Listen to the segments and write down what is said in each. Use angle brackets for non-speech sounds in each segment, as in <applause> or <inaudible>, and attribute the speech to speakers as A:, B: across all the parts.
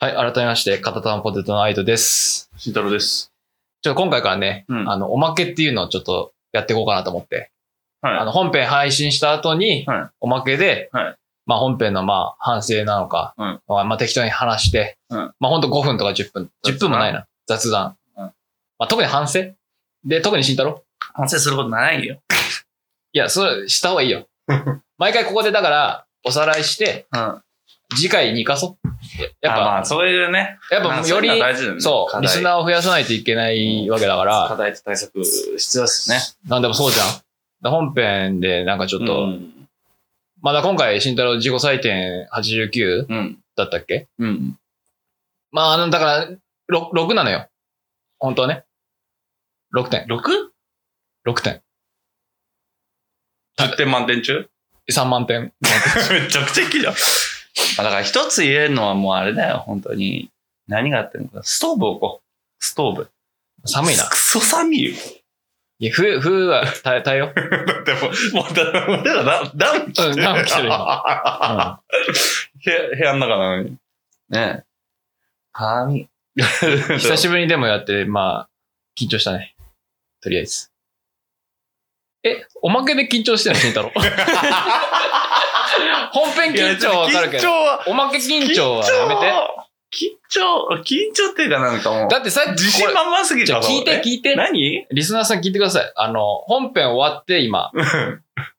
A: はい、改めまして、片玉ポテトのアイドです。
B: 慎太郎です。
A: ちょっと今回からね、
B: うん
A: あの、おまけっていうのをちょっとやっていこうかなと思って、
B: はい
A: あの、本編配信した後に、
B: はい
A: おまけで、
B: はい
A: まあ本編のまあ反省なのか、
B: うん
A: まあまあ適当に話して、
B: うん
A: まあほんと5分とか10分、10分もないな、雑談。
B: うん
A: まあ特に反省で、特に慎太郎
B: 反省することないよ。
A: いや、それした方がいい
B: <laughs>
A: よ。毎回ここでだから、おさらいして、
B: うん。やっ
A: 次回に生かそう。ややっぱ、
B: まあ、そういうね。
A: やっ
B: な
A: ぱ
B: んか
A: より
B: そういうのは大事だよね
A: そう、
B: 課
A: リ
B: 題
A: スナーを増やさないといけないわけだから、
B: 課題と対策必要ですね。
A: なんでもそうじゃん。だ本編でなんかちょっと、
B: うん。
A: まだ今回、慎太郎自己採点89
B: うん。
A: だったっけ
B: うん。
A: まああの、だから6、6なのよ。本当はね。6点。
B: 6?10
A: 6点。
B: 点満点中
A: 3万点。
B: <laughs> めちゃくちゃいいじゃん。まあだから一つ言えるのはもうあれだよ、本当に。何があってんのか。ストーブ置こう。ストーブ。
A: 寒いな。
B: クソ寒いよ。
A: いや、冬、冬は耐え、耐えよう。
B: だってもう、もうだ俺らダダウン
A: うん、ダウン来てる
B: <laughs>
A: 今。うん
B: 部屋、部屋の中なのに。ねえ。髪。
A: <laughs> 久しぶりにでもやって、まあ、緊張したね。とりあえず。え、おまけで緊張してるの慎
B: <laughs>
A: 太郎。本編緊張はわかるけ
B: いやちょ
A: ど。
B: っと緊張は、
A: おまけ緊張はやめて。
B: 緊張、緊張っていうかなんかもう、
A: だってさっき
B: 自信
A: これ
B: 満々すぎ
A: ち
B: ち
A: ょ
B: ゃう。
A: 聞いて
B: い
A: 聞いて。
B: 何
A: リスナーさん聞いてください。あの、本編終わって今。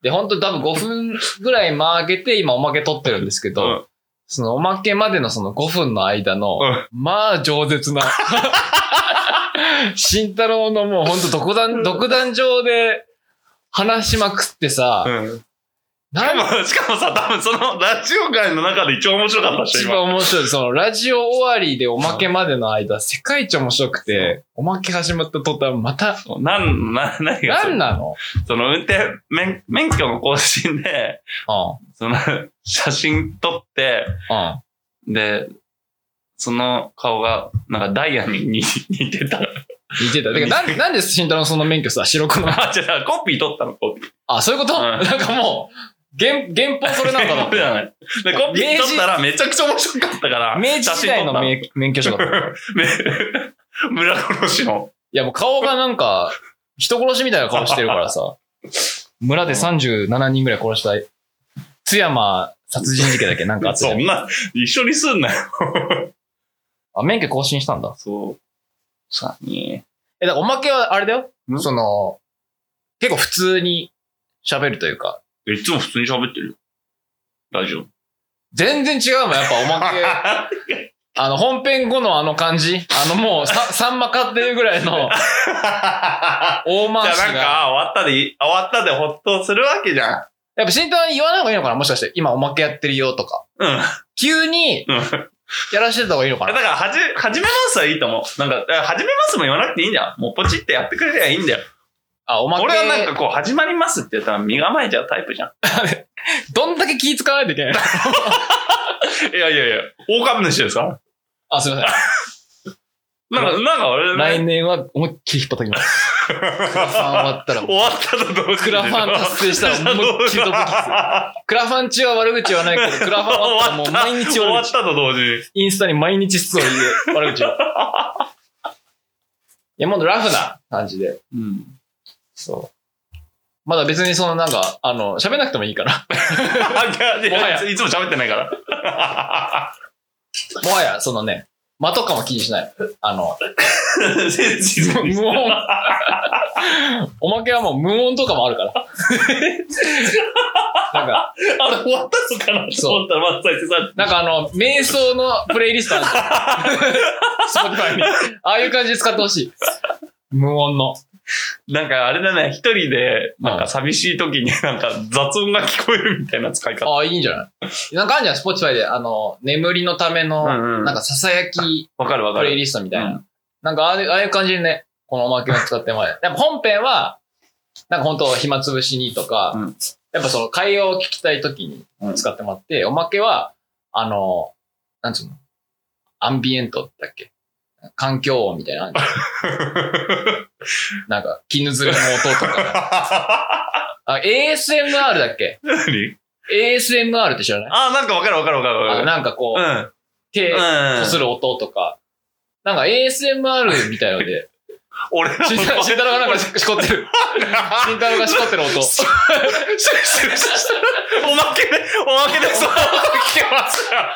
A: で、本当多分5分ぐらい間開けて今おまけ撮ってるんですけど、
B: うん
A: そのおまけまでのその5分の間の、
B: うん
A: まあ、饒舌
B: <laughs>
A: な。慎太郎のもうほんと独断、独断上で話しまくってさ、
B: うん <laughs>
A: 何
B: でもしかもさ、多分そのラジオ界の中で一番面白かったっしょ、
A: 一
B: 今。
A: 番面白い。その、ラジオ終わりでおまけまでの間、世界一面白くて、おまけ始まった途端、また、
B: なん、な、何がそれ
A: 何なの
B: その運転、免、免許の更新で、
A: う
B: その、写真撮って、
A: ん。うん。
B: で、その顔が、なんかダイヤに似 <laughs> 似てた。
A: 似てた。てか、な
B: <laughs>
A: ん、なんで慎太郎その免許さ、白黒の。
B: あ、違う、コピー取ったの、コピー。
A: あ、そういうこと、
B: うん
A: <laughs> なんかもう、原、原本それなんか
B: <laughs> コピーじゃない。で、コピー取ったらめちゃくちゃ面白かったか
A: な。
B: ら。
A: 明治時代の
B: 名
A: 免免許証だった。い
B: <laughs> 村殺しの。
A: や、もう顔がなんか、人殺しみたいな
B: <laughs>
A: 顔してるからさ。村で37人ぐらい殺した、津山殺人事件だっけなんかあったじゃ
B: そ
A: ん
B: んな、一緒にすんなよ。
A: あ、免許更新したんだ。
B: そう。さに。
A: え、だからおまけはあれだよ。
B: ん
A: その、結構普通に喋るというか、
B: いつも普通に喋ってるよ。ラ <laughs> ジオ。
A: 全然違うもん、やっぱおまけ。あの、本編後のあの感じあの
B: <laughs>
A: もう、さ、さんまかっていうぐらいの
B: じゃ
A: 大回し
B: あなん
A: が。
B: か、終わったでいい、終わったでほっとするわけじゃん。
A: やっぱ慎太郎に言わない方がいいのかなもしかして、今おまけやってるよとか。
B: うん。
A: 急に
B: うん。
A: やらしてた方がいいのか
B: だ
A: な
B: から、はじ、始めますはいいと思う。なんか、だから始めますも言わなくていいんだよ。もうポチってやってくれりゃいいんだよ。
A: あ、おまけ。
B: 俺はなんかこう、始まりますって言ったら身構えちゃうタイプじゃん。
A: どんだけ気使わないといけない
B: <laughs>
A: の
B: いやいやいや、大株主ですか
A: あ、すいません。
B: なんか、なんか俺ね
A: 来年は思いっきり引っ張っときます。クラファン終わったらもう
B: 終わったと同時に。
A: クラファン達成したら思いっきりドブキするクラファン中は悪口言わないけど、クラファン終わったらもう毎日
B: 終わ
A: 悪
B: っ
A: 口。
B: たと同時に。
A: インスタに毎日ストーリーで悪
B: <laughs>
A: 口を。いや、もっとラフな感じで。
B: <laughs> うん。
A: そう。まだ別にそのなんか、あの、喋んなくてもいいから。
B: い
A: もはや
B: やいつも喋ってな
A: <laughs>
B: いから。
A: もはや、そのね、間とかも気にしない。あの、
B: 全然
A: 無音。おまけはもう無音とかもあるから。 <laughs> なんか、
B: あれ終わったのかなと思ったら、まず再生されて。
A: なんかあの、瞑想のプレイリストあるじゃん Spotify に。ああいう感じで使ってほしい。無音の。
B: なんかあれだね、一人で、なんか寂しい時になんか雑音が聞こえるみたいな使い方。
A: ああ、いいんじゃないなんかあるじゃん、Spotify で、あの、眠りのための、
B: うんうん
A: なんかささやき
B: わかるわか
A: プレイ
B: る。
A: リストみたいな。
B: うん
A: なんかああいうああいう感じでね、このおまけを使っても
B: <laughs>
A: らえる。やっぱ本編は、なんか本当暇つぶしにとか、
B: うん
A: やっぱその会話を聞きたい時に使ってもらって、おまけは、あの、なんつうのアンビエントだっけ環境音みたいなのあるじゃ
B: <laughs>
A: ん。なんか、絹ずれの音とか。あ、ASMR だっけ
B: <laughs> 何
A: ?ASMR って知らない
B: あ、なんかわかるわかるわかるわ
A: あ
B: かる。
A: なんかこう、
B: うん。
A: 手
B: うん
A: こする音とか、なんか ASMR みたいので、<laughs>
B: 俺らも
A: 慎太郎慎太郎がなんかししこって <laughs> る。慎太郎がしこってる音。
B: おまけで、おまけでその音聞けますから。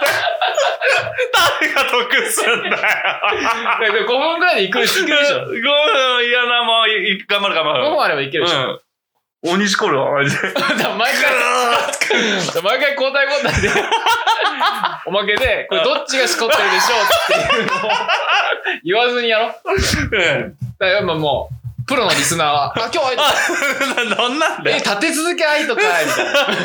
B: 誰が得すんだよ。
A: <laughs> でで5分くらいでいくいけるでしょ。
B: ごめん、いやな、もう、い頑張る頑張
A: 5
B: る。
A: 分あればいけるでしょ。
B: うん。大西コールはマジで。
A: だから毎回、 <laughs> 毎回交代交代 <laughs> で、おまけで、これどっちがしこってるでしょうっていうのを言わずにやろう。
B: うん
A: だから今もう、プロのリスナーは、 <laughs> あ、今日
B: あ
A: は、
B: などんなん
A: え、
B: だよ。
A: 立て続け愛とかい、みたいな。い
B: なん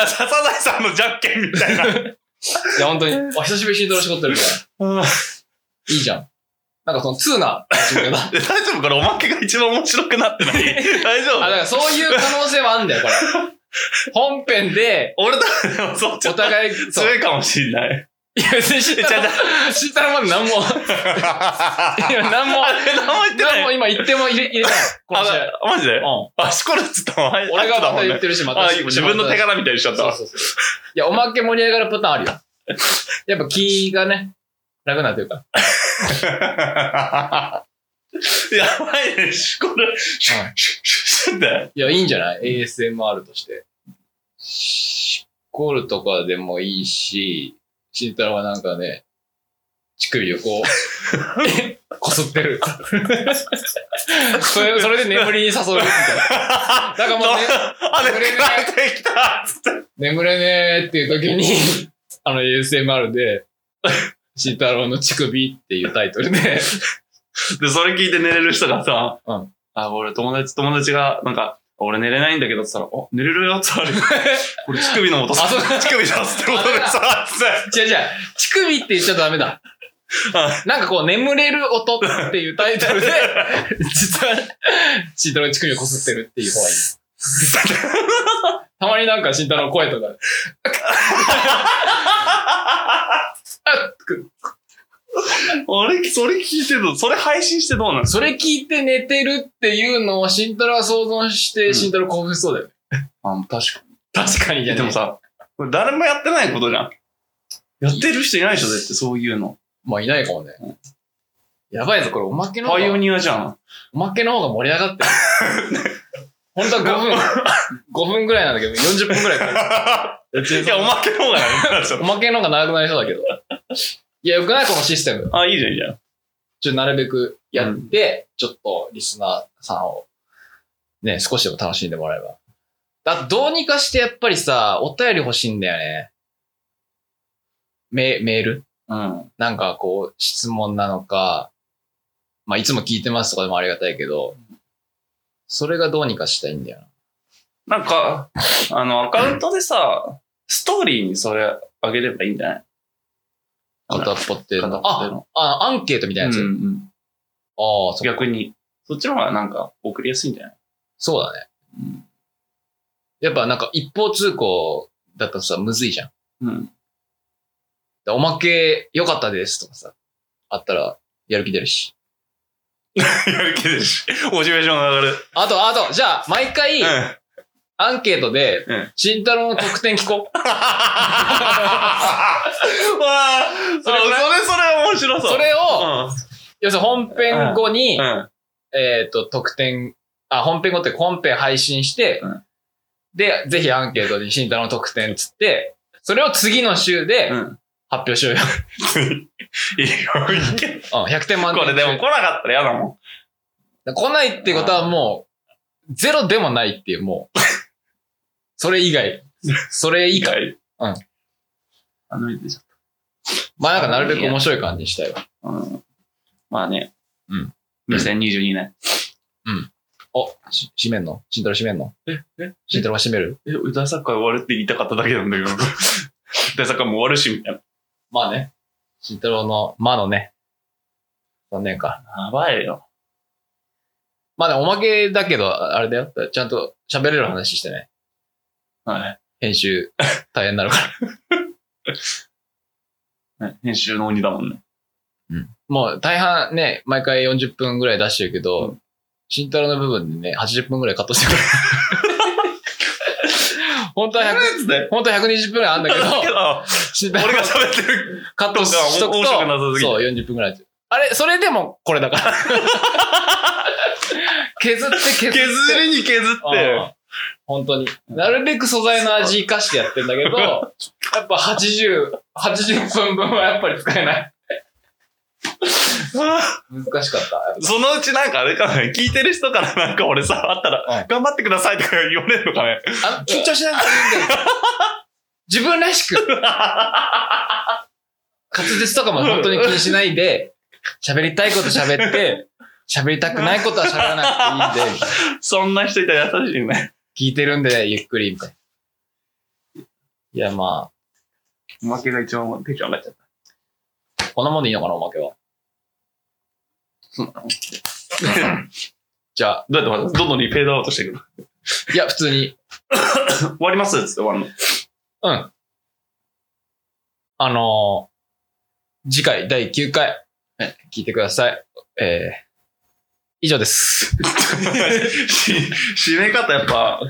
B: か笹崎さんのジャッケンみたいな。
A: や、本当に、お久しぶりに慎太郎しこってるから、いいじゃん。なんかその、通な始 <laughs> め方。あ、
B: 大丈夫これおまけが一番面白くなってない大丈
A: だか
B: 夫
A: らそういう可能性はあるんだよ、これ。本編で、
B: 俺だよ、そう、ちょ
A: お
B: っと
A: 互い、そう。
B: 強いかもしんない。
A: いや、別に慎
B: え、ち
A: 太郎
B: ゃちゃ、
A: 慎太郎まで何も、いや、何も、
B: 何も言ってな
A: 何も
B: い。
A: 今言っても入れ入れない。この試合。
B: あ、マジで
A: う
B: あ、しこるっつったもん。あい
A: ん。俺がまた言っ
B: あ
A: てるし、また
B: あ自分の手柄みたいにしちゃった
A: そう
B: わ。
A: そうそう。いや、おまけ盛り上がるパターンあるよ。やっぱ気がね、楽なという
B: <laughs>
A: か。
B: やばいね、しこる。シュッシュッシュッシュッって。
A: いや、いいんじゃない ?ASMR として。しコールとかでもいいし、慎太郎はなんかね、乳首をこう、こすってる。それそれで眠りに誘うみたいな。だからもう、ね、
B: <laughs> あれ、疲れてきたつって。
A: 眠れねーっていう時に、あの ASMR で、慎太郎の乳首っていうタイトルで、
B: で、それ聞いて寝れる人がさ、
A: うん
B: あ、俺友達、友達が、なんか、俺寝れないんだけどって言ったら、お、寝れるやつある。
A: <laughs>
B: 俺乳首の音さ
A: あそう、
B: 乳首出すってことでさ、つって。
A: 違う違う、乳首って言っちゃダメだ。なんかこう、眠れる音っていうタイトルで、実は、慎太郎の乳首をこすってるっていう方がいい。 <laughs> たまになんか慎太郎の声とか、あく
B: 俺、それ聞いてどうそれ配信してどうなん
A: それ聞いて寝てるっていうのを慎太郎は想像して、
B: ん
A: 慎太郎興奮しそうだよね。
B: あ、確か
A: 確かにじゃ
B: で
A: ね
B: もさ、これ誰もやってないことじゃん。やってる人いないでしょ、絶対そういうの。
A: まあいないかもね。やばいぞ、これおまけの方
B: パイオ
A: が、
B: ニアじゃん。
A: おまけの方が盛り上が
B: <laughs>
A: ってる。本当は5分、5分ぐらいなんだけど、40分ぐらいかかる。
B: いや、おまけの方がない。
A: おまけの方が長くなりそうだけど。いや、よくないこのシステム。
B: あ、いいじゃん、いいじゃん。
A: ちょっとなるべくやって、ちょっとリスナーさんを、ね、少しでも楽しんでもらえば。だどうにかしてやっぱりさ、お便り欲しいんだよね。メメール
B: うん。
A: なんかこう、質問なのか、まあ、いつも聞いてますとかでもありがたいけど、それがどうにかしたいんだよな。
B: なんか、あの、アカウントでさ、ストーリーにそれあげればいいんじゃない
A: 片っぽっていうの。
B: 片っぽっていう
A: あ
B: の、
A: あ、アンケートみたいなやつ。
B: うんう
A: あ
B: ん
A: あ、そ
B: 逆に。そっちの方がなんか送りやすいんじゃない
A: そうだね。やっぱなんか一方通行だとさ、むずいじゃん。だか
B: うん。
A: らおまけ良かったですとかさ、あったらやる気出るし。
B: やる気でし。モチベーションが上がる。
A: あと、あと、じゃあ、毎回、
B: <laughs>
A: アンケートで
B: うん、
A: 慎太郎の得点聞こ
B: わあ、そ
A: それく
B: れ、それ
A: らい、
B: それ面白
A: う。
B: <laughs> そう。
A: それ
B: う
A: を、
B: ん。
A: 要するに本編後に、
B: うん。
A: えっ、と、得点、あ、本編後って本編配信して、
B: うん
A: で、ぜひアンケートに慎太郎の得点つって、それを次の週で
B: う
A: 発
B: ん。
A: 表しよう <laughs> よ。
B: <laughs> いいよ、いける。
A: うん、100点満点
B: こ
A: 中。
B: れでも来なかったら嫌だもん。
A: 来ないってことはもう、ゼロでもないっていう、もう。それ以外。それ以下。
B: い。うん。あの、いいでしょ
A: まあなんかなるべく面白い感じにしたいわ。
B: うん。まあね。
A: うん。
B: 2022年。
A: お、し、閉めんの慎太郎閉めんの
B: え
A: 慎太郎が閉める
B: え、大サッカー終わるって言いたかっただけなんだけど。 <laughs> 大サッカーもう終わるし、みたいな。
A: まあね。慎太郎の、まあのね。残念か。
B: やばいよ。
A: まあね、おまけだけど、あれだよ。ちゃんと喋れる話してね。
B: は
A: 編集、大変になるから。 <laughs>
B: い。ね編集の鬼だもんね。
A: もう大半ね、毎回40分ぐらい出してるけ
B: う
A: ど、慎太郎の部分でね、80分ぐらいカットして
B: <laughs>
A: くる。本当は100、
B: つで。
A: 本当は120分ぐらいあんだけど、
B: だけど、
A: 失敗
B: <laughs> 俺が喋ってる。
A: カットしとくと、
B: 面白くなさすぎて
A: そう、40分ぐらいになっちゃう。あれ、それでもこれだから。 <laughs> 削って削って。
B: 削りに削って。
A: うん本当に。なるべく素材の味生かしてやってんだけど、やっぱ80、80分分はやっぱり使えない。難しかった。
B: そのうちなんかあれかな聞いてる人からなんか俺さ、あったら
A: う、ん
B: 頑張ってくださいとか言われるのかね。
A: あ緊張しなくていいんだよ。自分らしく。滑舌とかも本当に気にしないで、喋りたいこと喋って、喋りたくないことは喋らなくていいんで、
B: そんな人いたら優しい <laughs> ね。
A: 聞いてるんで、ゆっくり、みたいな。いや、ま
B: おまけが一番テンション上がっち <laughs> ゃった。
A: あ、こんなもんでいいのかな、おまけは。じゃあ、
B: どうやってまたどんどんリフェードアウトしていくの
A: いや、普通に、
B: 終わりますっつって終わるの。
A: うん。あのー次回第9回、え聞いてください。えー以上です。
B: <laughs> し締め方やっぱ、